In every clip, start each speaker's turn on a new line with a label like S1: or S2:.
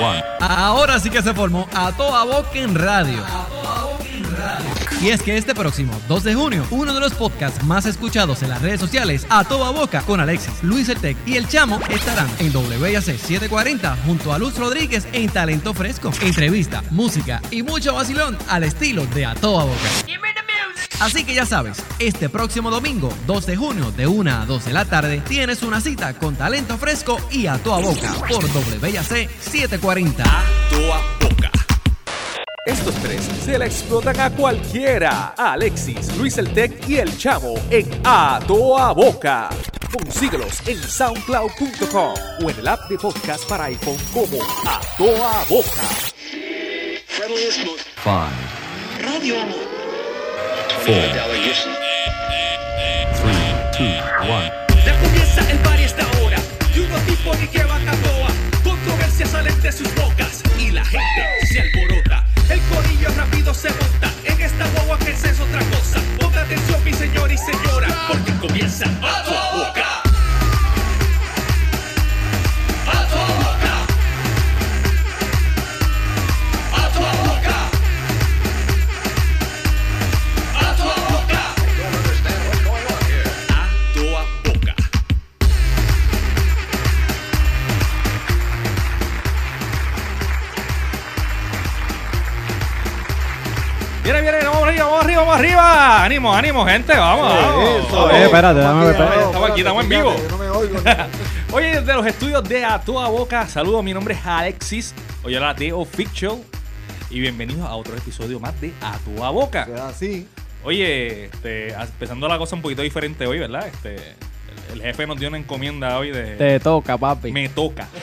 S1: One.
S2: Ahora sí que se formó a toda boca en radio. Y es que este próximo 2 de junio, uno de los podcasts más escuchados en las redes sociales, A Toda Boca, con Alexis, Luis El Tech y El Chamo, estarán en WAC 740 junto a Luz Rodríguez en Talento Fresco. Entrevista, música y mucho vacilón al estilo de A Toda Boca. Así que ya sabes, este próximo domingo, 2 de junio, de 1 a 2 de la tarde, tienes una cita con Talento Fresco y A Toda Boca por WAC 740.
S1: Toa Boca.
S3: Estos tres se la explotan a cualquiera. A Alexis, Luis el Tech y el Chavo en A Toa Boca. Consíguelos en soundcloud.com o en el app de podcast para iPhone como A Toa Boca.
S1: Five.
S4: Radio Amor.
S1: Four. Three. Two. One.
S5: Ya comienza el party a esta hora. Y unos tipos ni que van a toa. Controversias salen de sus bocas. Y la gente se alborota. El corillo rápido se monta. En esta guagua que esa es otra cosa. Ponga atención, mi señor y señora. Porque comienza a toa boca. A toa boca. A toa boca. A toa boca. A toa boca.
S3: Viene, viene, vamos arriba, vamos arriba, vamos arriba. Ánimo, ánimo, gente, vamos. vamos.
S6: Eh, espérate, dame
S3: Estamos
S6: espérate.
S3: aquí, estamos en vivo.
S6: Yo no me oigo.
S3: Oye, desde los estudios de A Toda Boca, saludos, mi nombre es Alexis, hoy la de Official y bienvenidos a otro episodio más de A Toda Boca.
S6: Queda así.
S3: Oye, este, empezando la cosa un poquito diferente hoy, ¿verdad? Este, el, el jefe nos dio una encomienda hoy de...
S7: Te toca, papi.
S3: Me toca.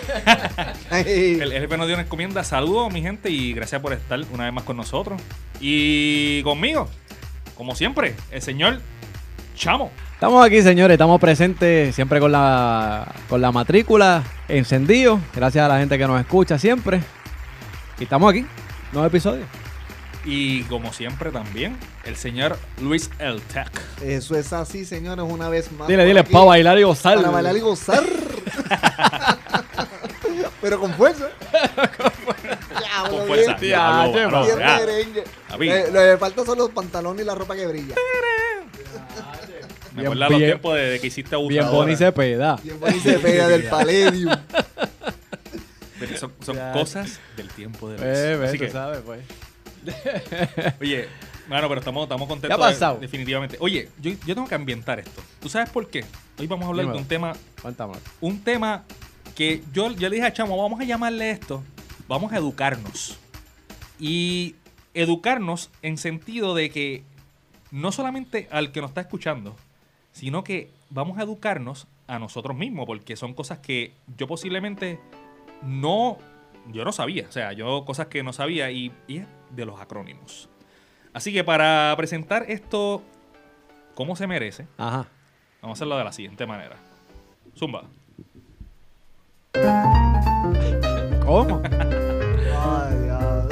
S3: El, el jefe nos dio una encomienda. Saludos, mi gente, y gracias por estar una vez más con nosotros. Y conmigo, como siempre, el señor Chamo.
S7: Estamos aquí, señores, estamos presentes siempre con la, con la matrícula encendido. Gracias a la gente que nos escucha siempre. Y estamos aquí, nuevo episodio.
S3: Y como siempre también, el señor Luis El Tech.
S6: Eso es así, señores, una vez más.
S7: Dile,
S6: por
S7: dile,
S6: aquí,
S7: pa' bailar y gozar.
S6: Para bailar y gozar. Pero con fuerza. Diablo,
S3: Con fuerza.
S6: bien,
S3: diablo,
S7: Ya,
S3: varón,
S6: bien
S3: ya.
S6: merengue.
S3: Papi.
S6: Eh, Lo que falta son los pantalones y la ropa que brilla.
S3: Ah, Me
S7: Bien,
S3: acuerdo los
S7: bien.
S3: tiempos de, de que hiciste
S7: Bien,
S3: abusadora.
S7: Bonnie Cepeda.
S6: Y el boni se pega del palladium.
S3: Pero Son, son
S7: Ya.
S3: cosas del tiempo de Luis.
S7: Eh, ve,
S3: Así
S7: tú
S3: que,
S7: sabes, pues.
S3: oye, mano, pero estamos, estamos contentos.
S7: ¿Qué ha pasado?
S3: de- definitivamente. Oye, yo, yo tengo que ambientar esto. ¿Tú sabes por qué? Hoy vamos a hablar
S7: Dímelo.
S3: de un tema
S7: Cuéntanos.
S3: un tema que yo, yo le dije a Chamo, vamos a llamarle esto, vamos a educarnos. Y educarnos en sentido de que no solamente al que nos está escuchando, sino que vamos a educarnos a nosotros mismos, porque son cosas que yo posiblemente no, yo no sabía, o sea, yo cosas que no sabía y, y es de los acrónimos. Así que para presentar esto como se merece,
S7: Ajá.
S3: Vamos a hacerlo de la siguiente manera. Zumba.
S7: ¿Cómo?
S6: Ay, diablo.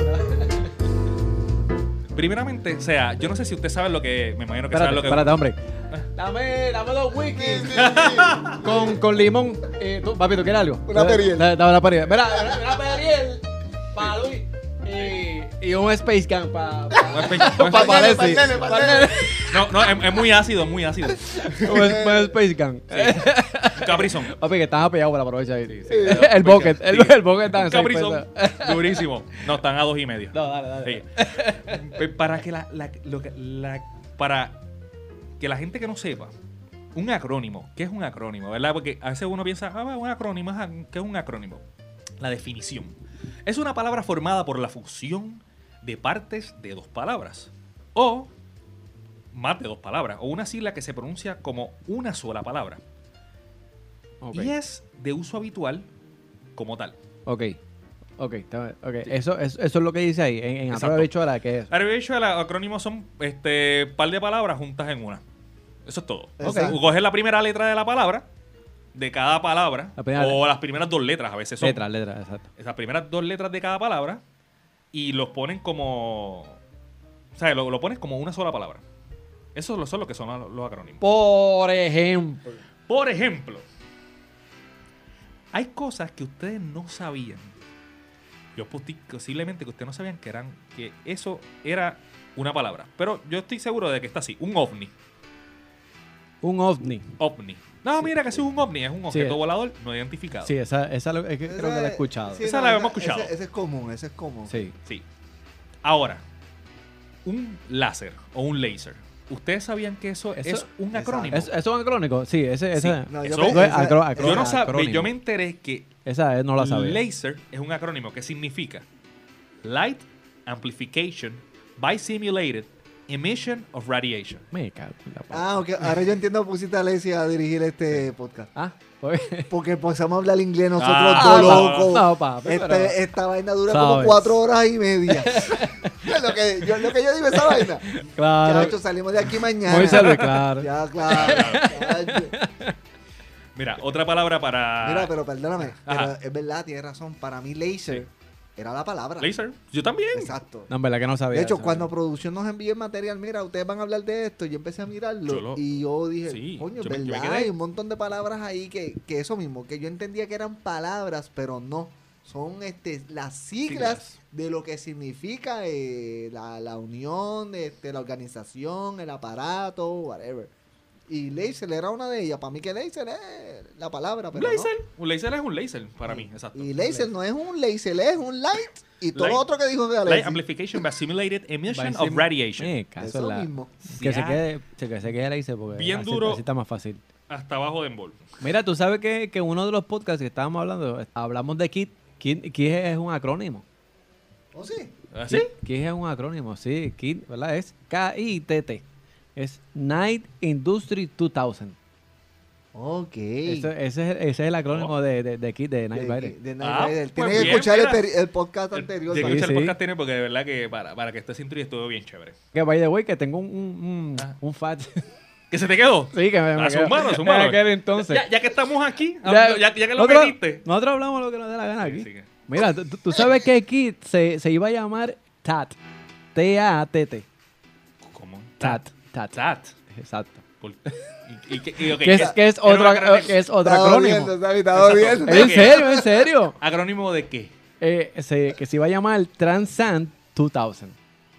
S3: Primeramente, o sea, yo no sé si usted sabe lo que. Me imagino que sabe
S7: espérate,
S3: lo que.
S7: espérate, hombre. Dame, dame dos wikis. con, con limón. Eh, tú, papi, ¿tú quieres algo?
S6: Una Periel.
S7: Da- Dame una periel. Mira, una periel para Luis. Eh, Y, y un Space Camp para...
S3: No, es pe- no, es-
S7: Pa- parece.
S3: no, no, es, es muy ácido, es muy ácido.
S7: Un es- un Space Camp.
S3: Un Caprizón.
S7: Papi, que estás apoyado por la provecha ahí.
S3: sí.
S7: el bucket. El,
S3: Sí.
S7: el bucket está
S3: Un
S7: en seis
S3: Caprizón.
S7: pesos.
S3: Durísimo. No, están a dos y medio.
S7: No, dale, dale.
S3: Sí. Pe- Para que la, la- lo que- la- Para que la gente que no sepa, un acrónimo, ¿qué es un acrónimo? ¿Verdad? Porque a veces uno piensa, ah, un acrónimo, ajá, ¿qué es un acrónimo? La definición. Es una palabra formada por la fusión de partes de dos palabras. O más de dos palabras. O una sigla que se pronuncia como una sola palabra.
S7: Ok,
S3: Y es de uso habitual como tal.
S7: ok. Ok, está- ok. Eso, eso, eso es lo que dice ahí. En, en
S3: Exacto.
S7: Arroyo Bichuela, ¿qué es?
S3: Abbreviation, los acrónimos son este par de palabras juntas en una. Eso es todo.
S6: Exacto.
S3: O Coges la primera letra de la palabra, de cada palabra,
S7: La primera
S3: o las primeras dos letras a veces son.
S7: Letra, letra, exacto.
S3: Esas primeras dos letras de cada palabra y los ponen como. O sea, lo, lo pones como una sola palabra. Eso lo- son lo que son los, los acrónimos.
S7: Por ejemplo.
S3: Por ejemplo, hay cosas que ustedes no sabían yo posti- posiblemente que ustedes no sabían que eran que eso era una palabra. Pero yo estoy seguro de que está así, un ovni.
S7: Un ovni.
S3: Ovni. No, mira que eso es un ovni, es un objeto
S7: es.
S3: volador no identificado.
S7: Sí, esa, esa lo- es que creo que la he escuchado.
S6: sí,
S7: Sí.
S3: Esa la hemos escuchado.
S6: Ese, ese es común, ese es común.
S3: Sí. Ahora, un láser o un laser. ¿Ustedes sabían que eso,
S7: Eso-
S3: es un acrónimo?
S7: ¿Es, ¿Eso es acrónico? Sí, ese, esa,
S6: No,
S3: Eso-
S6: yo pensé-
S7: no, es
S6: esa-
S7: acro-
S6: esa-
S7: acro-
S3: yo no sabía,
S7: acrónimo.
S3: yo me enteré que
S7: esa es- no la sabía.
S3: laser es un acrónimo que significa Light Amplification by Simulated Emission of Radiation.
S7: Me cago en la pata.
S6: Ah, ok. Ahora yo entiendo pusiste a Alessia a dirigir este podcast.
S7: Ah, pues,
S6: Porque empezamos a hablar inglés nosotros
S3: Ah,
S6: dos
S7: no,
S6: locos.
S7: no, papi,
S6: Este-
S7: pero-
S6: Esta vaina dura como
S7: Sabes.
S6: cuatro horas y media. es lo que yo, lo que yo digo esa vaina.
S7: claro.
S6: Chacho, salimos de aquí mañana.
S7: Muy salve, claro.
S6: Ya, claro. chacho.
S3: Mira, otra palabra para
S6: Mira, pero perdóname.
S3: Ajá.
S6: Pero es verdad, tienes razón. Para mí, laser era la palabra.
S3: laser. Yo también.
S6: Exacto.
S7: No, en verdad que no sabía.
S6: De hecho,
S7: eso.
S6: cuando producción nos envíe el material, mira, ustedes van a hablar de esto. Yo empecé a mirarlo
S3: Yo lo-
S6: y yo dije,
S3: Sí,
S6: coño,
S3: yo me- yo me
S6: ¿verdad?
S3: quedé.
S6: Hay un montón de palabras ahí que, que eso mismo, que yo entendía que eran palabras, pero no. Son este, las siglas
S3: Siglas.
S6: de lo que significa eh, la, la unión, este, la organización, el aparato, whatever. Y Laser era una de ellas. Para mí que Laser es la palabra, pero no.
S3: Laser. Un laser es un laser para mí, exacto.
S6: Y Laser no es un Laser, es un Light. Y todo
S3: Light.
S6: lo otro que dijo de
S3: Light
S6: Alexis.
S3: Amplification by Simulated Emission
S7: By
S3: of
S7: sim- Eh.
S3: Radiation.
S7: Me cago en
S6: Eso
S7: la-
S6: mismo.
S7: Que se
S3: Ya.
S7: quede, que se quede laser porque
S3: Bien
S7: así,
S3: duro.
S7: así está más fácil.
S3: Hasta abajo de envolvo.
S7: Mira, tú sabes que, que uno de los podcasts que estábamos hablando, eh, hablamos de KIT. KIT, KIT es un acrónimo.
S6: ¿Oh, sí?
S3: ¿Así?
S7: KIT, KIT es un acrónimo, sí. KIT, ¿verdad? Es K-I-T-T. Es Night Industry 2000.
S6: Ok.
S7: Ese, ese es, el- ese es el acrónimo
S3: Oh.
S7: de, de, de KIT, de Night
S6: de,
S7: Rider.
S6: de Knight
S3: Ah,
S6: Rider.
S3: pues
S6: Tienes que
S3: bien,
S6: escuchar el,
S3: mira.
S6: peri- el podcast anterior.
S3: Llegué a
S6: para-
S7: Sí,
S3: escuchar el
S7: sí.
S3: podcast anterior porque de verdad que para, para que estés intuido estuvo bien chévere.
S7: Que, by the way, que tengo un, un, un-
S3: Ah.
S7: un fat.
S3: ¿Que se te quedó?
S7: sí, que me, me
S3: Ah,
S7: quedó-
S3: sumalo, sumalo.
S7: en aquel entonces.
S3: Ya, ya que estamos aquí,
S7: Ya-
S3: ya, ya que lo
S7: nosotros-
S3: pediste.
S7: Nosotros hablamos lo que nos dé la gana
S3: Sí,
S7: aquí.
S3: sí que-
S7: Mira, tú, tú- tú sabes que Kit se, se iba a llamar Tat. T-A-T-T.
S3: ¿Cómo?
S7: Tat. Tat.
S3: Tat.
S7: Exacto.
S3: Por- Y, y que- y, ok,
S7: Que es,
S3: ya.
S7: que es
S3: Era un
S7: otro,
S3: acrónimo.
S7: que es otro
S6: Estaba
S7: acrónimo.
S6: viendo, Sammy, estaba
S3: Exacto.
S6: viendo.
S7: ¿En serio? ¿En serio?
S3: ¿Acrónimo de qué?
S7: Eh, se- que se iba a llamar Transand 2000.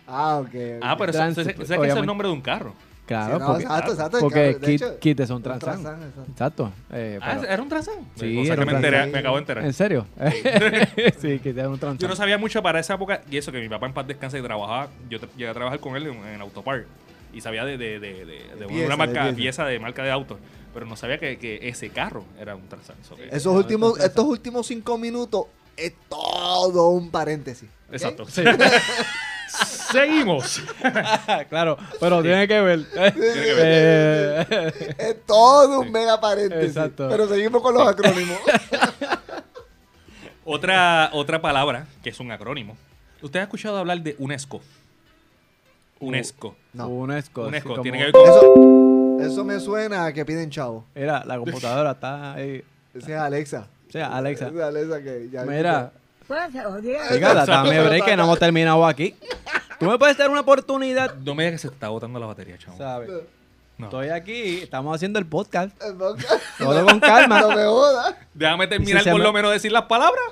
S6: Ah, ok.
S3: Ah, pero eso,
S7: Trans-
S3: eso- eso- eso es el
S7: obviamente.
S3: nombre de un carro.
S7: Claro,
S6: no,
S7: porque,
S6: exacto, exacto,
S7: porque
S6: claro, de
S7: Kit,
S6: hecho,
S7: Kit es un
S6: un
S7: Transand.
S6: Transand, exacto.
S7: Exacto. Eh,
S3: Ah,
S7: pero-
S3: ¿era un Transam?
S7: Sí,
S3: Cosa
S7: era
S3: que
S7: un
S3: me, enteré,
S6: Transam.
S3: me acabo de enterar.
S7: ¿En serio? sí, Kit es un Transand.
S3: Yo no sabía mucho para esa época, y eso que mi papá en paz descansa y trabajaba, yo tra- llegué a trabajar con él en, en Autopar, y sabía de, de, de, de- de
S6: pieza,
S3: una
S6: de
S3: marca,
S6: pieza.
S3: pieza. de marca de autos, pero no sabía que, que ese carro era un Transam. so que-
S6: Esos últimos, estos últimos cinco minutos es todo un paréntesis. ¿ok?
S3: Exacto. Seguimos.
S7: claro, pero tiene que ver. Eh,
S6: Es todo un mega paréntesis.
S7: Exacto.
S6: Pero seguimos con los acrónimos.
S3: Otra, otra palabra que es un acrónimo. ¿Usted ha escuchado hablar de UNESCO? UNESCO.
S6: No.
S7: UNESCO. sí,
S3: UNESCO.
S7: como-
S3: Tiene que ver con...
S6: Eso, eso me suena a que piden chavo.
S7: Mira, la computadora está ahí.
S6: Ese es Alexa.
S7: O sea, Alexa.
S6: Ese es Alexa que ya
S7: Mira,
S4: Pues,
S6: Esa-
S7: fíjate, dame break que no hemos terminado aquí. Tú me puedes dar una oportunidad.
S3: No me digas que se está botando la batería, chamo.
S7: ¿Sabes?
S3: No.
S7: Estoy aquí, estamos haciendo el podcast.
S6: El podcast.
S7: Todo con calma.
S6: No me jodas.
S3: Déjame terminar
S7: se
S3: por
S7: me-
S3: lo menos decir las palabras.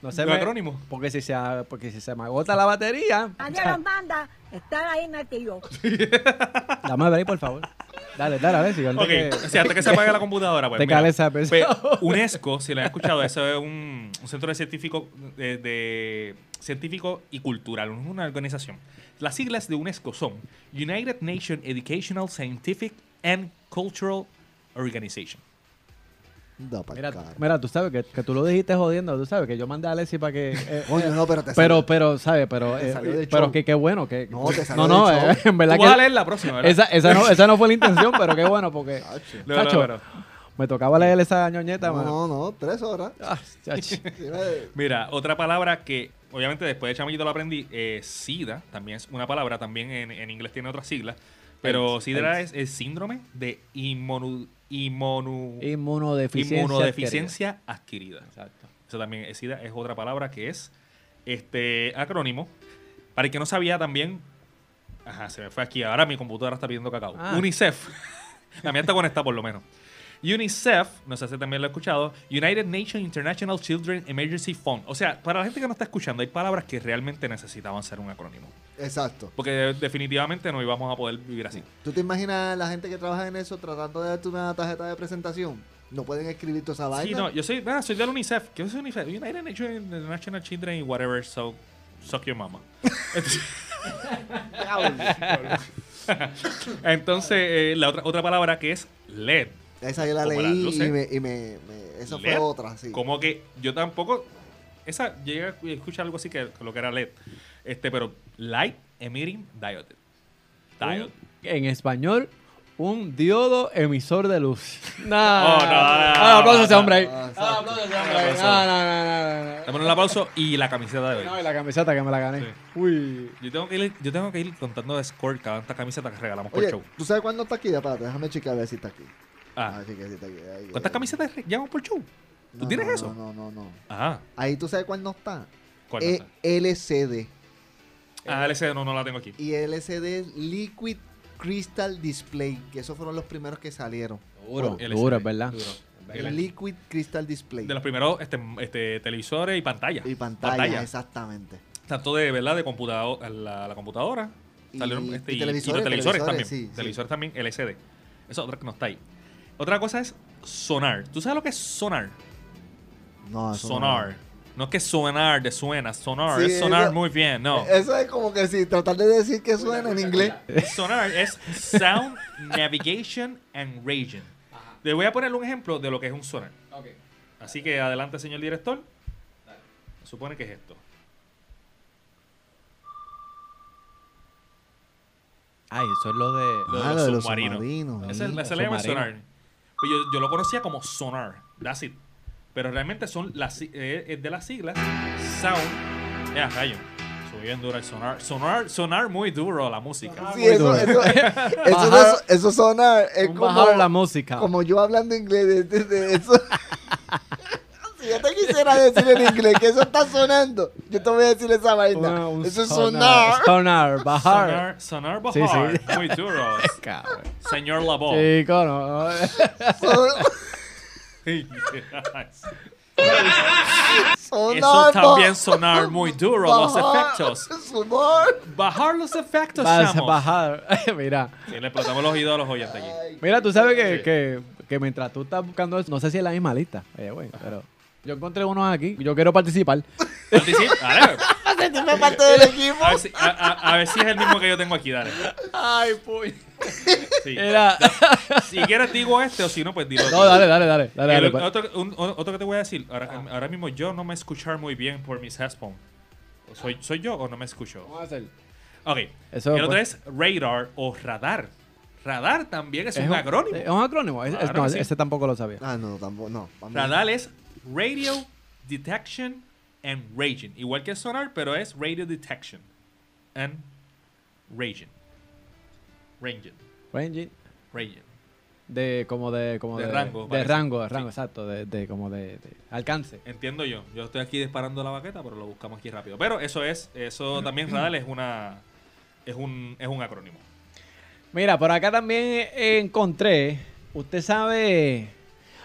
S7: No sé.
S3: Los acrónimos.
S7: Porque si, se, ha- porque si se me agota la batería.
S4: Nadie los manda, están ahí metidos.
S7: Dame break, por favor. Dale, dale, dale. Si yo antes
S3: Ok,
S7: que-
S3: o sea, hasta que se apague la computadora. Pues,
S7: Te
S3: mira.
S7: cale esa persona.
S3: Pues, UNESCO, si lo han escuchado, eso es un, un centro de científico, de, de científico y cultural, una organización. Las siglas de UNESCO son United Nations Educational, Scientific and Cultural Organization.
S6: No, pa'l
S7: Mira,
S6: carajo.
S7: mira, tú sabes que, que tú lo dijiste jodiendo. Tú sabes que yo mandé a Alexi para que. eh,
S6: Coño, no, pero te
S7: pero, pero, ¿sabes? Pero,
S6: Te
S7: eh,
S6: salió del
S7: pero
S6: show.
S7: que qué bueno. Que,
S6: No, te salió
S7: No, no,
S6: del
S7: eh, en verdad
S3: Tú vas a
S7: que.
S3: leer la próxima, ¿verdad?
S7: Esa, esa, no, esa no fue la intención, pero qué bueno, porque.
S3: No, no,
S7: chacho,
S3: no.
S7: Me tocaba leer esa ñoñeta,
S6: No,
S7: mano.
S6: no, no, tres horas.
S7: Ah, chacho.
S6: Mira,
S3: Mira, otra palabra que obviamente después de chamillito la aprendí, eh, SIDA, también es una palabra, también en, en inglés tiene otras siglas, pero
S7: AIDS,
S3: SIDA es el síndrome de inmonu- inmonu-
S7: Inmunodeficiencia.
S3: inmunodeficiencia adquirida.
S7: adquirida. Exacto.
S3: Eso también es SIDA, es otra palabra que es este acrónimo. Para el que no sabía también, ajá, se me fue aquí, ahora mi computadora está pidiendo cacao.
S7: Ah.
S3: UNICEF. la mía está conectada por lo menos. UNICEF, no sé si también lo he escuchado, United Nations International Children Emergency Fund. O sea, para la gente que no está escuchando, hay palabras que realmente necesitaban ser un acrónimo.
S6: Exacto.
S3: Porque de- definitivamente no íbamos a poder vivir así.
S6: ¿Tú te imaginas la gente que trabaja en eso tratando de darte una tarjeta de presentación? No pueden escribir toda esa
S3: Sí,
S6: vaina.
S3: no, yo soy, nada, soy del UNICEF. ¿Qué es UNICEF? United Nations International Children y whatever, so suck your mama. Entonces- Entonces, eh, la otra, otra palabra que es LED.
S6: Esa yo la
S3: Como las
S6: leí
S3: luces.
S6: y me, y me- me- esa fue
S3: LED,
S6: otra, sí.
S3: Como que yo tampoco. Esa llegué a escuchar algo así que, que lo que era LED. Este, pero Light Emitting Diode. Diode.
S6: Uh.
S7: En español, un diodo emisor de luz. No,
S3: no, no,
S7: Ah,
S3: no,
S7: aplauso a ese
S3: no,
S7: hombre ahí.
S6: no, exacto.
S7: Ah, aplauso a ese hombre ahí.
S3: Aplauso.
S7: No, no, no, no, no.
S3: Dame un aplauso y la camiseta de hoy.
S7: No, y la camiseta que me la gané.
S3: Sí.
S7: Uy.
S3: Yo tengo que ir, yo tengo que ir contando de score cada esta camiseta que regalamos por
S6: Oye,
S3: show.
S6: ¿tú sabes cuándo está aquí? Ya, espérate, déjame checar a ver si está aquí.
S3: Ah,
S6: Ah, sí, que sí está aquí. Ahí,
S3: ¿Cuántas
S6: ahí.
S3: camisetas re- llevamos por show? ¿Tú
S6: No,
S3: tienes
S6: no,
S3: eso?
S6: No, no, no, no.
S3: Ajá.
S6: Ahí tú sabes cuándo está.
S3: ¿Cuál no
S6: E
S3: está?
S6: LCD.
S3: Ah, LCD no, no la tengo aquí.
S6: Y LCD es Liquid Crystal Display, que esos fueron los primeros que salieron.
S7: Duro,
S3: LCD.
S7: duro, es verdad.
S3: Duro.
S6: El Liquid Crystal Display.
S3: De los primeros este, este, televisores y pantallas.
S6: Y pantalla, exactamente.
S3: Tanto de, ¿verdad? De computador, la, la computadora.
S6: Y-
S3: Salieron, este,
S6: y
S3: y,
S6: televisores,
S3: y los televisores,
S6: televisores,
S3: también.
S6: sí, sí.
S3: televisores también, LCD. Eso es otra que no está ahí. Otra cosa es sonar. ¿Tú sabes lo que es sonar?
S6: No, eso no.
S3: sonar. No es que sonar de suena, sonar.
S6: Ah, Sí,
S3: es sonar
S6: eso-
S3: muy bien, no.
S6: Eso es como que si tratar de decir que suena en inglés.
S3: Sonar es Sound Navigation and Ranging. Le voy a poner un ejemplo de lo que es un sonar. Así que adelante, señor director. Supone que es esto.
S7: Ay, eso es lo de.
S3: Lo de
S6: Ah,
S3: los
S6: lo de los
S3: submarinos.
S6: submarinos,
S3: Ese,
S6: ahí.
S3: ese le llaman
S7: submarino.
S3: sonar. Pues yo, yo lo conocía como sonar. That's it. Pero realmente son las, si- eh, es de las siglas Sound. Ya, rayo. Soy bien duro el sonar. Sonar, sonar muy duro la música.
S6: Sí, eso,
S7: duro.
S6: eso, eso,
S7: Bajar-
S6: eso- eso sonar es
S7: Un
S6: como,
S7: bajar la música.
S6: como yo hablando inglés. de- de- de eso. si yo te quisiera decir en inglés que eso está sonando, yo te voy a decir esa vaina.
S7: Una- un
S6: eso es
S7: sonar.
S6: sonar.
S7: Sonar, bajar.
S3: Sonar, sonar
S7: Sí, sí.
S3: bajar. Muy duro.
S7: Cabrón.
S3: Señor Labo.
S7: Chico, no.
S6: Son-
S3: Eso
S6: sonar,
S3: también
S6: ba-
S3: sonar muy duro, los
S6: bajar,
S3: efectos.
S6: Sonar.
S3: Bajar los efectos,
S7: Vas-
S3: chamo.
S7: Bajar. Mira.
S3: Sí, le explotamos los oídos a los oyentes aquí.
S7: Mira, tú sabes que, que- que mientras tú estás buscando eso, no sé si es la misma lista, oye, güey, pero yo encontré unos aquí, yo quiero participar.
S3: Participa, dale.
S6: Dime parte del equipo.
S3: A ver, si, a, a- a ver si es el mismo que yo tengo aquí, dale.
S7: Ay, puy.
S3: Sí.
S7: Era...
S3: Si quieres digo este o si no, pues digo
S7: No, dale, dale, dale. dale, pues. dale,
S3: El-
S7: pa-
S3: otro, un- o- otro que te voy a decir, ahora, ahora mismo yo no me escuchar muy bien por mis headphones. ¿Soy, ¿Soy yo o no me escucho?
S7: Vamos a hacer.
S3: Ok.
S7: Eso,
S3: el otro
S7: pues.
S3: es radar o radar. Radar también es,
S7: Es
S3: un acrónimo.
S7: Es un acrónimo. Es- es-
S3: Claro
S7: no,
S3: que sí.
S7: ese tampoco lo sabía.
S6: Ah, no, tampoco, no. vamos.
S3: Radar es Radio Detection and Raging. Igual que sonar, pero es Radio Detection and Raging. Ranging.
S7: Range
S3: Raging.
S7: de como de como
S3: De
S7: de,
S3: rango,
S7: de
S3: parece.
S7: rango, de rango, exacto, de, de como de, de alcance.
S3: Entiendo yo. Yo estoy aquí disparando la baqueta, pero lo buscamos aquí rápido. Pero eso es, eso también radar es una, es un, es un acrónimo.
S7: Mira, por acá también eh, encontré, usted sabe,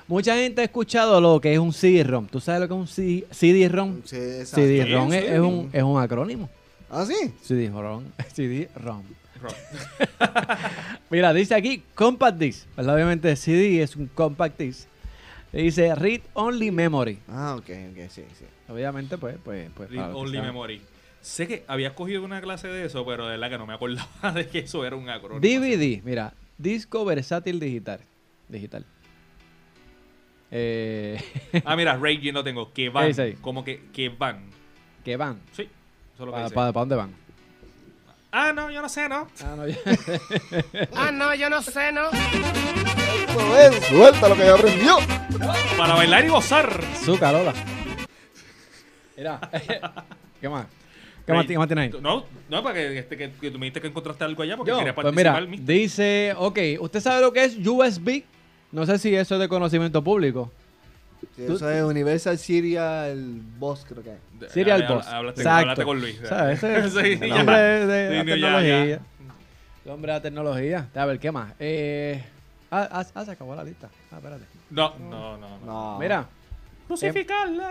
S7: mucha gente ha escuchado lo que es un CD-ROM. ¿Tú sabes lo que es un CD- CD-ROM?
S6: Sí, exacto.
S7: CD-ROM
S3: Sí,
S7: es,
S3: sí.
S7: es un, es un acrónimo.
S6: Ah, sí.
S7: CD-ROM. CD-ROM.
S3: Ron.
S7: Mira, dice aquí Compact Disc. ¿verdad? Obviamente CD es un Compact Disc. Dice Read Only Memory.
S6: Ah, ok, ok, sí, sí.
S7: Obviamente, pues, pues, pues.
S3: Read
S7: para los que
S3: Only
S7: saben.
S3: Memory. Sé que había cogido una clase de eso, pero de verdad que no me acordaba de que eso era un acrónimo.
S7: DVD, mira, disco versátil digital. Digital. Eh,
S3: Ah, mira, Raging no tengo. Que
S7: ¿Qué
S3: van.
S7: dice ahí?
S3: Como que, que van.
S7: ¿Qué van?
S3: Sí. Eso es lo que
S7: ¿Para
S3: dice.
S7: dónde van?
S3: Ah, no, yo no sé, ¿no?
S7: Ah, no, yo-
S8: Ah, no, yo no sé, ¿no?
S6: Eso es, suelta lo que ya aprendió.
S3: Para bailar y gozar.
S7: Azúcar, Lola. Mira, ¿qué más? ¿Qué más, ti- qué más tienes ahí?
S3: No, no, para que, este, que, que tú me dijiste que encontraste algo allá porque
S7: Yo,
S3: quería
S7: pues
S3: participar.
S7: mira,
S3: mi-
S7: dice, ok, usted sabe lo que es USB. No sé si eso es de conocimiento público.
S6: Sí,
S7: Tú-
S6: eso es Universal Serial Boss, creo que es.
S3: de-
S7: Serial
S3: habla-
S7: Boss.
S3: Háblate,
S7: Exacto.
S3: háblate con Luis.
S7: ¿Sabes? Ese es
S3: Sí,
S7: el
S3: ya.
S7: hombre de, de
S3: Sí,
S7: la
S3: no, ya,
S7: tecnología.
S3: ya.
S7: El hombre de la tecnología. A ver, ¿qué más? Eh, Ah, ah, ah, se acabó la lista. Ah, espérate.
S3: No, no, no. no.
S6: No.
S7: Mira.
S3: Crucificarle.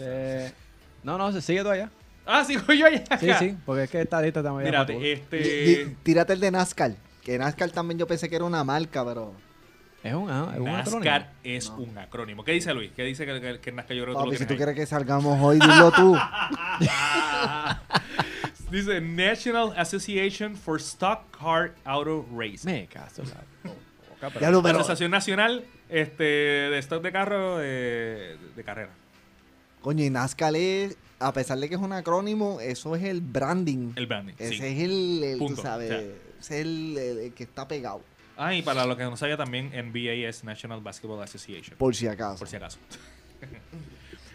S7: eh, no, no, se sigue todavía.
S3: Ah, sigo yo allá.
S7: Sí, sí, pues. porque es que esta lista también.
S3: Mírate,
S6: Di-
S3: este.
S6: di- tírate el de NASCAR. Que NASCAR también yo pensé que era una marca, pero.
S7: Es un, ah, es un
S3: NASCAR
S7: acrónimo.
S3: es un acrónimo. ¿Qué dice Luis? ¿Qué dice que, que, que NASCAR yo creo que tú
S6: Papi,
S3: lo
S6: si tú
S3: tienes
S6: quieres que salgamos hoy, dilo tú.
S3: ahí. Dice National Association for Stock Car Auto Racing.
S7: Me caso, la boca, pero-
S6: Ya lo pero.
S3: Asociación Nacional este, de Stock de Carro eh, de, Carrera.
S6: Coño, y NASCAR es. A pesar de que es un acrónimo, eso es el branding.
S3: El branding.
S6: Ese
S3: sí.
S6: es el. el, tú
S3: Punto,
S6: sabes.
S3: o sea.
S6: Ese es el, el- el que está pegado.
S3: Ah, y para lo que no sabía también, NBA es National Basketball Association. Por,
S6: Por si acaso.
S3: si acaso.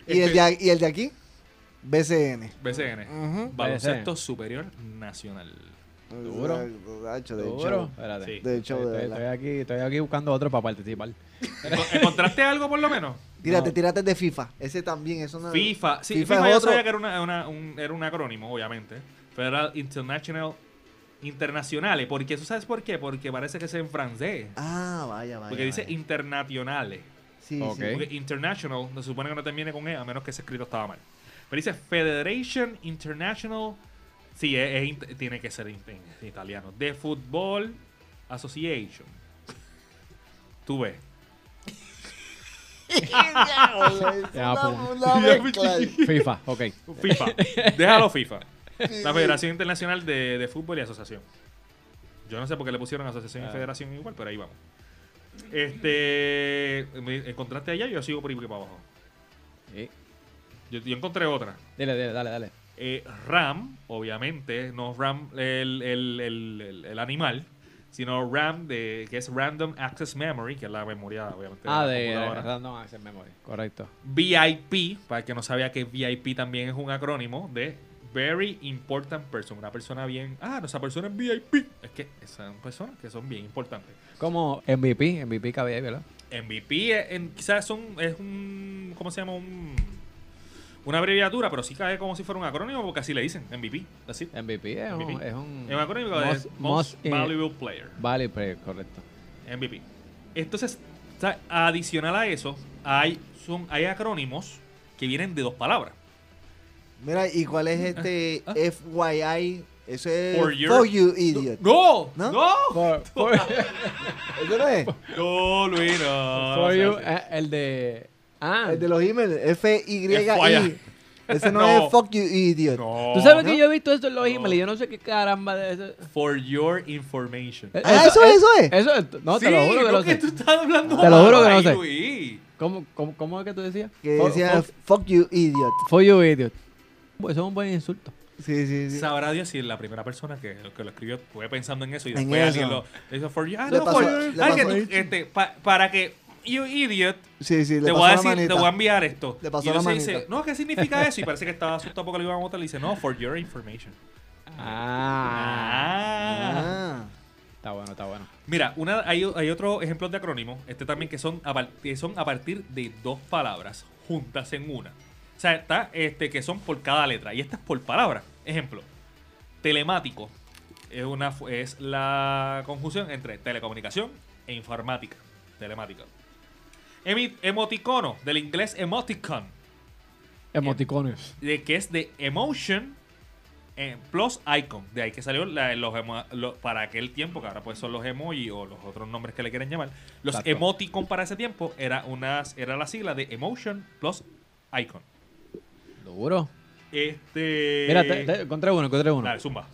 S6: ¿Y, el
S3: Este-
S6: de, a- y el de aquí, BCN.
S3: BCN.
S6: Ujú.
S3: Baloncesto Superior Nacional.
S7: Duro.
S6: Exacto, tacho, de
S7: Duro,
S6: hecho.
S7: espérate.
S3: Sí.
S6: De hecho, de
S7: estoy,
S6: verdad.
S7: estoy aquí, estoy aquí buscando otro para participar.
S3: ¿Encon- ¿Encontraste algo por lo menos?
S6: Tírate,
S7: No.
S6: tírate el de FIFA. Ese también, eso no.
S3: FIFA. Sí,
S6: FIFA
S3: FIFA,
S6: es
S3: yo
S6: otro.
S3: sabía que era, una- una- un, era un acrónimo, obviamente. Federal International Internacionales. Porque eso, ¿sabes por qué? Porque parece que es en francés.
S6: Ah, vaya, vaya.
S3: Porque dice
S6: vaya.
S3: internacionales.
S6: Sí, sí.
S7: Ok.
S3: Porque international se supone que no termine con E, a menos que ese escrito estaba mal. Pero dice Federation International. Sí, es- es int- tiene que ser in- en italiano. De Football Association. Tú ves.
S7: Ya, pum.
S6: Una
S3: pues,
S6: mezcla.
S7: FIFA, ok.
S3: FIFA. Déjalo FIFA. La Federación Internacional de, de Fútbol y Asociación. Yo no sé por qué le pusieron asociación y federación igual, pero ahí vamos. Este. me encontraste allá y yo sigo por ahí para abajo.
S7: Sí.
S3: Yo- yo encontré otra.
S7: Dile, dile, dale, dale.
S3: Eh, Ram, obviamente, no Ram el, el- el- el- el animal, sino Ram, de, que es Random Access Memory, que es la memoria, obviamente.
S7: Ah,
S3: la
S7: de
S3: computadora.
S7: Random Access Memory. Correcto.
S3: VIP, para el que no sabía que VIP también es un acrónimo de Very Important Person, una persona bien. Ah, no, esa persona es VIP. Es que son personas que son bien importantes.
S7: Como MVP, MVP cabía, ahí, ¿verdad?
S3: MVP es- e, en- quizás son, es un. ¿Cómo se llama? Un, una abreviatura, pero sí cae como si fuera un acrónimo, porque así le dicen, MVP. Así.
S7: MVP es, Un,
S3: MVP.
S7: es un.
S3: Es un acrónimo de
S7: most,
S3: Most,
S7: most, eh,
S3: Valuable Player,
S7: Vale, pero correcto.
S3: MVP. Entonces, sa- adicional a eso, hay, son, hay acrónimos que vienen de dos palabras.
S6: Mira, ¿y cuál es este FYI? Eso es
S3: For
S6: For,
S3: your-
S6: You Idiot.
S3: ¡No! ¡No!
S6: ¿No?
S3: ¡No,
S7: For, for-
S3: Ah,
S6: ¿Eso no es?
S3: Luis, no!
S7: for you,
S3: O sea,
S7: eh, el de. Ah,
S6: El de los emails,
S3: FYI.
S6: F-Y-I. Ese no,
S3: No.
S6: es Fuck You Idiot.
S3: no.
S7: tú sabes que
S6: ¿no?
S7: yo he visto esto en los emails y yo no sé qué caramba de eso.
S3: For your information.
S7: Eh,
S6: Ah, eso, eso es.
S7: Eso es. No, te lo juro que
S3: no
S7: lo sé.
S3: tú estás hablando
S7: Te lo juro
S3: mal
S7: que no
S3: ahí,
S7: sé.
S3: Luis.
S7: ¿Cómo, cómo, ¿Cómo es que tú decías?
S6: Que
S7: For-
S6: decía
S7: for-
S6: Fuck You Idiot.
S7: for you, idiot. Pues eso es un buen insulto.
S6: Sí, sí, sí.
S3: Sabrá Dios si la primera persona que, que lo escribió fue pensando en eso y
S6: En
S3: después
S6: eso.
S3: alguien lo hizo for you. Ah,
S6: Le
S3: no,
S6: pasó-
S3: for
S6: le
S3: you. Ah, que
S6: pasó-
S3: tú- este, pa- para que you idiot
S6: Sí, sí, le
S3: te
S6: pasó
S3: voy a
S6: la
S3: decir, te
S6: manita.
S3: voy a enviar esto.
S6: Le pasó
S3: y
S6: la
S3: entonces dice,
S6: manita.
S3: no, ¿qué significa eso? Y parece que estaba asustado porque le iban a votar. Le dice, no, for your information.
S7: Ah,
S3: Ah.
S6: Ah.
S7: Está bueno, está bueno.
S3: Mira, una, hay, hay otro ejemplo de acrónimo, este también, que son, a, par- que son a partir de dos palabras juntas en una. O sea, está este, que son por cada letra. Y esta es por palabra. Ejemplo, telemático es, una, fu- es la conjunción entre telecomunicación e informática. Telemática. Emi- emoticono, del inglés emoticon,
S7: Emoticones.
S3: de, que es de emotion eh, plus icon. De ahí que salió la- los emo- lo- para aquel tiempo, que ahora pues son los emoji o los otros nombres que le quieren llamar. Los
S7: Exacto.
S3: emoticon para ese tiempo era, unas, era la sigla de emotion plus icon.
S7: Duro.
S3: Este.
S7: Mira, te, te- encontré uno, encontré uno.
S3: Dale, zumba.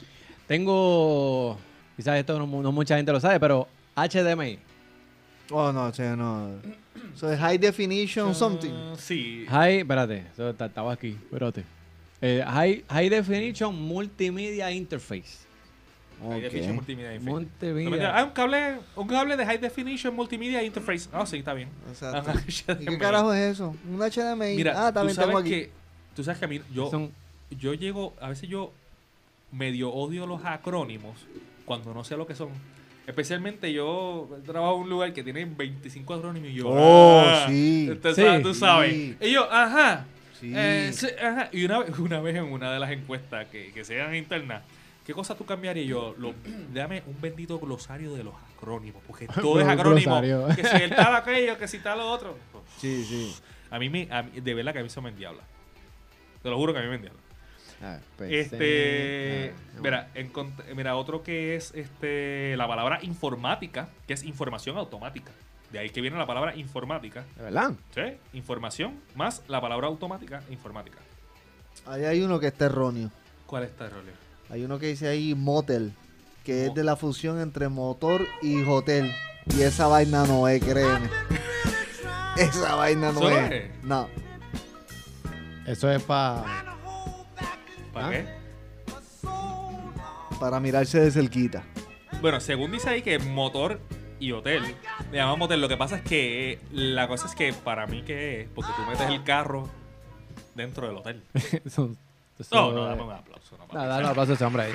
S7: Tengo. Quizás esto no, mu- no mucha gente lo sabe, pero HDMI.
S6: Oh, no, che, no. So, es High Definition Something.
S3: Ah, sí.
S7: High. Espérate, eso está- estaba aquí. Espérate. Eh, high, high Definition Multimedia Interface.
S3: High definition
S6: Ok.
S3: multimedia interface.
S7: Multimedia.
S3: No me digas, Ah, un cable, un cable de high definition multimedia interface. Ah, sí, está bien.
S6: Exacto.
S3: Ajá,
S6: ¿Y
S3: HDMI.
S6: qué carajo es eso? Un HDMI.
S3: Mira,
S6: ah,
S3: tú
S6: también
S3: sabes
S6: tengo aquí.
S3: que tú sabes que a mí yo
S7: Son-
S3: yo llego, a veces yo medio odio los acrónimos cuando no sé lo que son. Especialmente yo trabajo en un lugar que tiene 25 acrónimos y yo.
S6: Oh, sí.
S3: Entonces,
S7: Sí.
S3: ah, tú sabes.
S6: Sí.
S3: Y yo, ajá.
S6: Sí.
S3: eh, sí, ajá. Y una vez, una vez en una de las encuestas que, que sean internas, ¿Qué cosa tú cambiarías? Y yo, lo, dame un bendito glosario de los acrónimos, porque todo es acrónimo.
S7: glosario.
S3: Que si el tal aquello, que si tal lo otro.
S7: Sí, sí.
S3: A mí, me, a mí- de verdad que a mí se me endiabla. Te lo juro que a mí me endiabla.
S7: A ver, pensé-
S3: Este,
S7: Ah, no.
S3: mira, encont- mira, otro que es este, la palabra informática, que es información automática. De ahí que viene la palabra informática.
S7: ¿De verdad?
S3: ¿Sí? Información más la palabra automática, informática.
S6: Ahí hay uno que está erróneo.
S3: ¿Cuál está, Rolio?
S6: Hay uno que dice ahí motel, que
S3: Mo-
S6: es de la fusión entre motor y hotel. Y esa vaina no es, créeme. Esa vaina no
S3: ¿Eso
S6: es.
S3: es?
S6: No.
S9: Eso es para.
S3: ¿Para
S7: Ah.
S3: qué?
S6: Para mirarse de cerquita.
S3: Bueno, según dice ahí que motor y hotel. Le llamamos motel. Lo que pasa es que eh, la cosa es que para mí que es, porque tú metes el carro dentro del hotel.
S7: Eso- eso-
S3: No, no, dame un aplauso. no, papi.
S7: Nada, dale un aplauso a ese hombre ahí.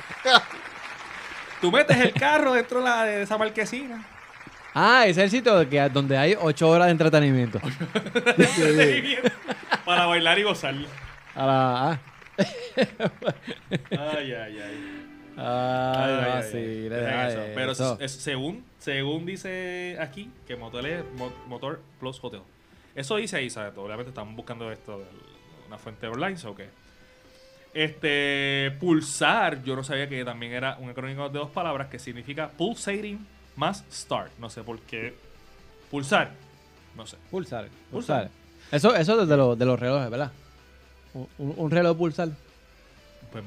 S3: Tú metes el carro dentro de, la- de esa marquesina.
S7: Ah, ese es el sitio que, donde hay ocho horas de entretenimiento.
S3: entretenimiento para bailar y gozar.
S7: A la- ah.
S3: Ay, ay, ay.
S7: Ay,
S3: Ay,
S7: no,
S3: ay,
S7: Ah, sí,
S3: ay.
S7: le
S3: Dejen
S7: da
S3: eso. Pero
S7: eso.
S3: es- es- según, según dice aquí, que motel es mo- motor plus hotel. Eso dice ahí, ¿sabes? Obviamente estamos buscando esto de una fuente online, ¿o qué? Este, pulsar, yo no sabía que también era un acrónimo de dos palabras que significa pulsating más start. No sé por qué. Pulsar. No sé.
S7: Pulsar,
S3: Pulsar.
S7: pulsar. Eso, eso desde los, de los relojes, ¿verdad? Un, un- un reloj pulsar.
S3: Pues,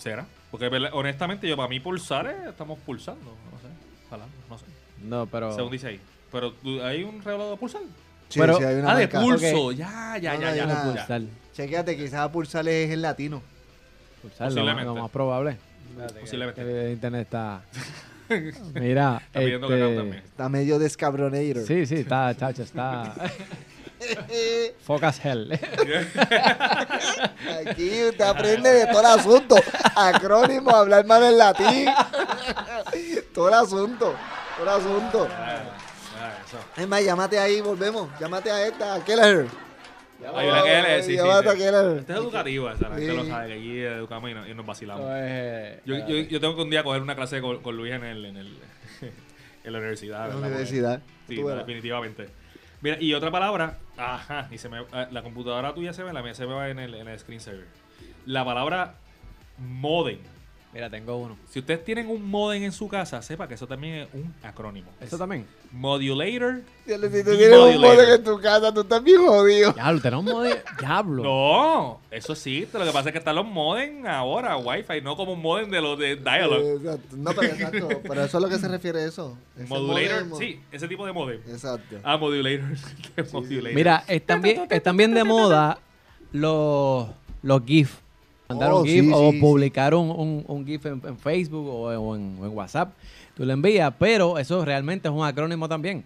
S3: ¿será? Porque ¿verdad? honestamente yo para mí pulsar es- estamos pulsando, no sé, ojalá, no sé,
S7: No, pero.
S3: según dice ahí. Pero ¿tú- hay un reloj de pulsar.
S6: Sí,
S7: Pero-
S6: sí, hay Oh. una
S3: ah, de
S6: marca.
S3: pulso, ya, ya,
S6: No,
S3: ya, ya,
S6: no, yo
S3: ya.
S6: no
S7: Pulsar.
S6: Chequéate, quizás pulsar es el latino.
S7: Pulsar, lo, más-
S3: Posiblemente.
S7: lo más probable.
S3: Posiblemente.
S7: El internet está. Mira.
S3: Está pidiendo que
S7: este,
S3: no también.
S6: Está medio descabroneiro.
S7: Sí, sí, está, chacho, está. Focus hell.
S6: Aquí usted aprende de todo el asunto. Acrónimo, hablar mal en latín. todo el asunto. Todo el asunto.
S3: Ah, eso.
S6: Es más, llámate ahí, volvemos. Llámate a esta, a Keller.
S3: Hay una que le sí, sí,
S6: Llámate a
S3: sí.
S6: Keller.
S3: Esta es educativa, o sea, la gente
S6: Sí.
S3: lo sabe, que aquí educamos y nos, y nos
S7: Eso
S3: vacilamos.
S7: es,
S3: Yo, yo,
S7: eh,
S3: yo tengo que un día coger una clase con, con Luis en, el, en, el, en la universidad.
S6: En la
S3: ¿verdad? Porque-
S6: universidad.
S3: Sí,
S6: Tú
S3: no,
S6: verás.
S3: definitivamente. Mira, y otra palabra, ajá, y se me, ah, la computadora tuya se ve, la mía se me va en el, en el screensaver. La palabra modem.
S7: Mira, tengo uno.
S3: Si ustedes tienen un modem en su casa, sepa que eso también es un acrónimo.
S7: ¿Eso
S3: Es
S7: también?
S3: Modulator.
S6: Si tú tienes un
S3: Modulator.
S6: modem en tu casa, tú estás bien jodido.
S7: Diablo, tenemos un modelo. Diablo.
S3: No, eso sí, lo que pasa es que están los modem ahora, wifi, no como un modem de los de Dialog.
S6: Exacto. No, pero exacto. Pero eso es lo que se refiere eso. Ese
S3: Modulator,
S6: modem,
S3: sí, ese tipo de modem.
S6: Exacto.
S3: Ah, modulator. De modulator.
S7: Mira, están bien, están bien de moda los, los GIF. Mandar
S6: Oh,
S7: un GIF
S6: sí,
S7: o
S6: sí, sí.
S7: publicar un, un- un GIF en, en Facebook o, en- o en, o en WhatsApp. Tú lo envías, pero eso realmente es un acrónimo también.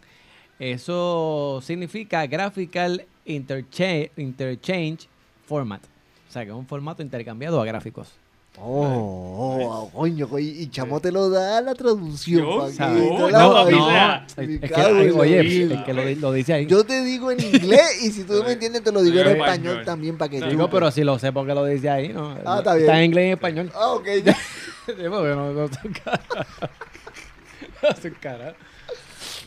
S7: Eso significa Graphical Interchange, Interchange Format. O sea, que es un formato intercambiado a gráficos.
S6: Oh, oh, coño, coño, y chamo te lo da la traducción.
S3: Yo,
S6: pa' que
S3: ¿sabes?
S6: te
S3: No,
S6: la
S3: no,
S6: vayas.
S3: no.
S6: Me
S7: es- es que-
S6: cago en la
S7: oye,
S6: vida.
S7: es que lo, di- lo dice ahí.
S6: yo te digo en inglés y si tú no me entiendes te lo digo en
S3: Yo-
S6: español también para que
S3: Yo-
S7: Digo, pero si lo sé porque lo dice ahí, ¿no?
S6: Ah, está bien.
S7: en inglés y en español.
S6: Ah, ok, ya.
S7: Sí, porque no- no son caras. No son caras.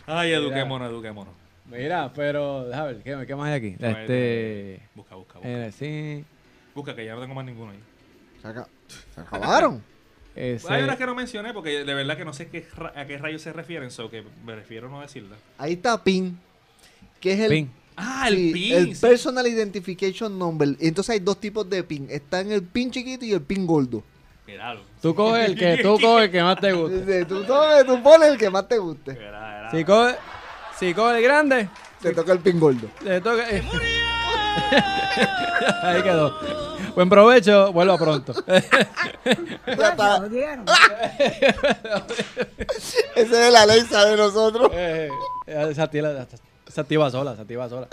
S3: Ay, eduquémonos, eduquémonos.
S7: Mira, pero déjame ver, ¿qué, qué más hay aquí? Este.
S3: Busca, busca, busca.
S7: eh, sí.
S3: Busca, que ya no tengo más ninguno ahí.
S6: Se aca- se acabaron.
S7: ese-
S3: Hay unas que no mencioné porque de verdad que no sé qué ra- a qué rayos se refieren, so que me refiero a no decirlas.
S6: Ahí está PIN, que es el,
S7: Pin.
S3: Ah,
S6: sí,
S3: el
S6: el
S3: PIN. sí.
S6: Personal Identification Number. Entonces hay dos tipos de PIN. Está en el PIN chiquito y el PIN gordo.
S3: Míralo.
S7: Tú coges el que, tú coges el que más te gusta.
S6: Dice, Tú, tomes, tú pones el que más te guste.
S3: Era, era.
S7: Si coges, si coges el grande,
S6: Te toca el PIN gordo.
S7: le toca. eh. Ahí quedó. Buen provecho, vuelva pronto.
S4: Pues,
S6: Ya está.
S4: Lo dieron.
S6: Esa es la ley, sabe nosotros.
S7: Eh, eh, se, activa, se activa sola, se activa sola.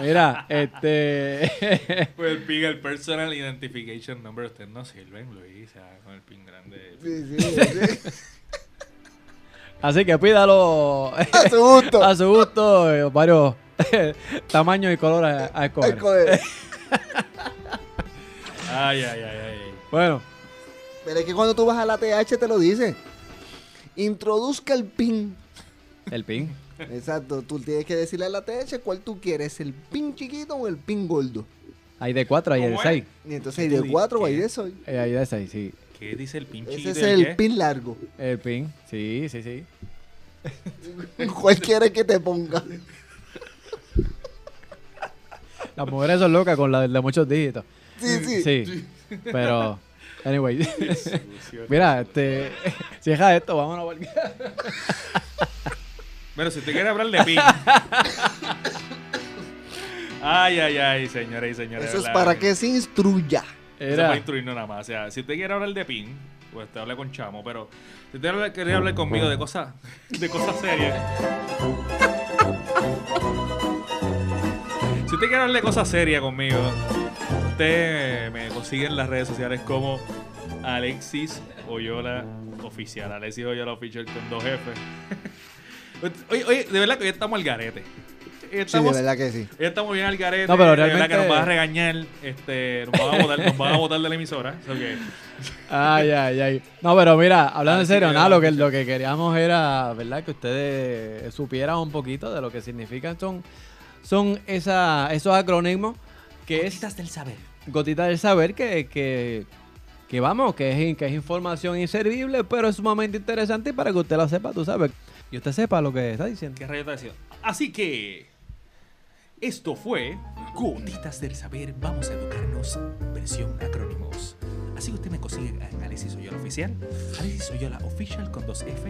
S7: Mira, este.
S3: Pues el PIN, el Personal Identification Number, ustedes no sirven, Luis, o sea, con el PIN grande.
S6: Sí, sí, sí.
S7: Así que pídalo.
S6: A su gusto.
S7: a su gusto eh, varios tamaños y colores a, a escoger.
S6: Ay, coge.
S3: Ay, ay, ay, ay.
S7: Bueno,
S6: Pero es que cuando tú vas a la TH te lo dice. Introduzca el pin.
S7: El PIN.
S6: Exacto, tú tienes que decirle a la TH cuál tú quieres, el pin chiquito o el pin gordo.
S7: Hay de 4, hay de
S3: ¿Cómo es?
S7: 6.
S6: Y entonces hay de 4 o hay de eso.
S7: Hay de 6, sí.
S3: ¿Qué dice el pinche?
S6: Ese es
S3: del
S6: el
S3: qué?
S6: pin largo.
S7: El PIN, sí, sí, sí.
S6: ¿Cuál quieres que te ponga?
S7: Las mujeres son locas con la de muchos dígitos.
S6: Sí, sí.
S7: Sí. Pero, anyway. Mira, este, cierra esto, vámonos. porque-
S3: Bueno, si usted quiere hablar de pin. ay, ay, ay, señores y señores.
S6: Eso es
S3: ¿verdad?
S6: para que se instruya.
S3: Eso es para
S7: Era,
S3: instruirnos nada más. O sea, si usted quiere hablar de pin, pues usted habla con Chamo, pero si usted habla- quiere hablar conmigo de cosas de cosas serias. si usted quiere hablar de cosas serias conmigo, usted me consigue en las redes sociales como Alexis Oyola Oficial. Alexis Oyola Oficial con dos jefes. oye, oye, de verdad que hoy estamos al garete. Hoy
S6: Sí, de
S3: Estamos
S6: verdad que sí.
S3: ya estamos bien al garete.
S7: No, pero
S3: de verdad
S7: realmente-
S3: que nos van a regañar. Este, nos van a votar, nos van a votar de la emisora. so que-
S7: ay, ay, ay. No, pero mira, hablando en
S3: Así
S7: serio,
S3: que
S7: nada,
S3: vamos,
S7: lo que, lo que queríamos era, ¿verdad? Que ustedes supieran un poquito de lo que significan son, son esa, esos acrónimos que es... Gotitas del saber. Gotitas del saber que... que que vamos, que es, in- que es información inservible, pero es sumamente interesante y para que usted la sepa, tú sabes. Y usted sepa lo que está diciendo.
S3: ¿Qué rayo está diciendo? Así que. Esto fue Gotitas del Saber. Vamos a educarnos. Versión acrónimos. Así que usted me consigue en Alexis Oyola Oficial. Alexis Oyola Official con dos F.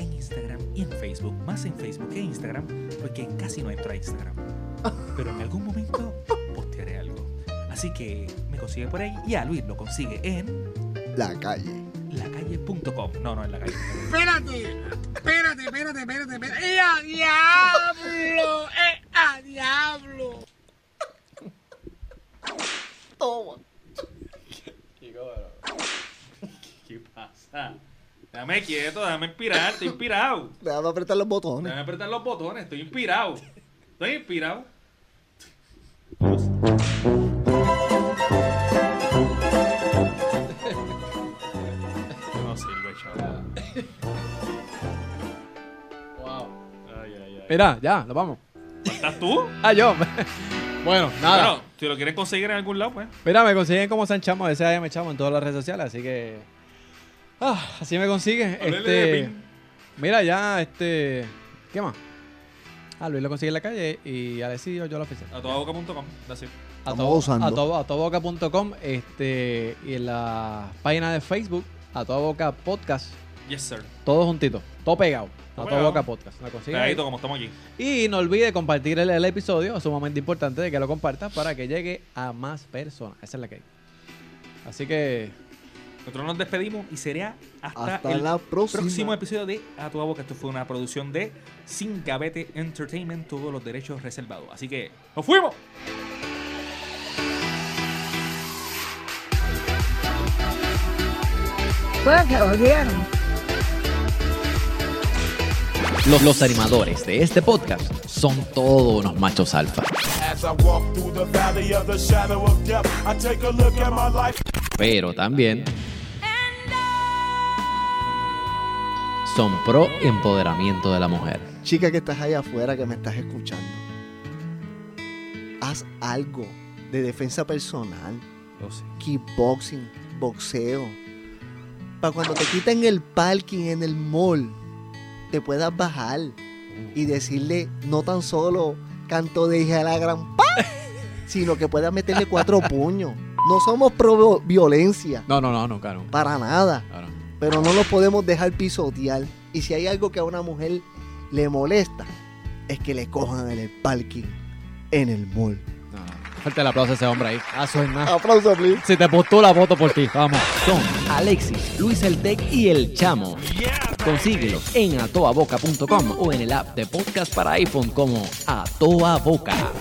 S3: En Instagram y en Facebook. Más en Facebook que en Instagram. Porque casi no entro a Instagram. Pero en algún momento postearé algo. Así que me consigue por ahí. Y a Luis lo consigue en.
S6: La calle.
S3: lacalle.com. No, no, en la calle.
S8: Espérate, espérate, espérate, espérate, espérate. ¡Eh, a diablo! ¡Eh, a diablo!
S3: ¿Qué pasa? Dame quieto, déjame inspirar, estoy inspirado.
S6: Déjame apretar los botones.
S3: Déjame apretar los botones, estoy inspirado. Estoy inspirado. No sirve, chaval. Ay, ay, ay.
S7: Mira, ya, nos vamos.
S3: ¿Faltas tú?
S7: Ah, yo. bueno, nada.
S3: Bueno, si lo quieren conseguir en algún lado, pues.
S7: Mira, me consiguen como San Chamo, a veces allá me chamo en todas las redes sociales, así que. Ah, así me consiguen.
S3: Háblele de
S7: Este,
S3: pin.
S7: mira, ya, este. ¿Qué más? Ah, Luis lo consigue en la calle y Alexis yo, yo lo oficial.
S3: A todaboca.com, así.
S7: A
S6: Estamos
S7: todo-
S6: usando.
S7: A, todo- a todoboca.com este, y en la página de Facebook, a toda boca podcast,
S3: Yes, sir.
S7: todo juntito, todo pegado. A
S3: Todo
S7: toda boca
S3: pegado.
S7: podcast. La consiguen ahí.
S3: Pegadito como estamos aquí.
S7: Y no olvide compartir el, el episodio, es sumamente importante de que lo compartas para que llegue a más personas. Esa es la que hay. Así que
S3: Nosotros nos despedimos y será hasta,
S6: Hasta
S3: el
S6: la próxima.
S3: próximo episodio de A tu Boca. Esto fue una producción de Sin Gavete Entertainment, todos los derechos reservados. Así que, ¡nos fuimos!
S4: Pues se jodieron.
S10: Los, los animadores de este podcast son todos unos machos alfa. Pero también son pro empoderamiento de la mujer.
S6: Chica que estás allá afuera, que me estás escuchando. Haz algo de defensa personal. Kickboxing, boxeo. Para cuando te quiten el parking en el mall, te puedas bajar y decirle no tan solo canto de hija de la gran pa, sino que puedas meterle cuatro puños. No somos pro violencia,
S7: No, no, no, nunca, nunca.
S6: para nada.
S7: No, no.
S6: pero no lo podemos dejar pisotear. Y si hay algo que a una mujer le molesta, es que le cojan en el parking, en el mall.
S7: No, no. Fuerte el aplauso a ese hombre ahí. Ah, soy más.
S6: Aplauso, please.
S7: Si te postula, voto por ti. Vamos.
S10: Son Alexis, Luis El Tec y El Chamo. Consíguelos en atoaboca.com o en el app de podcast para iPhone como Atoa Boca.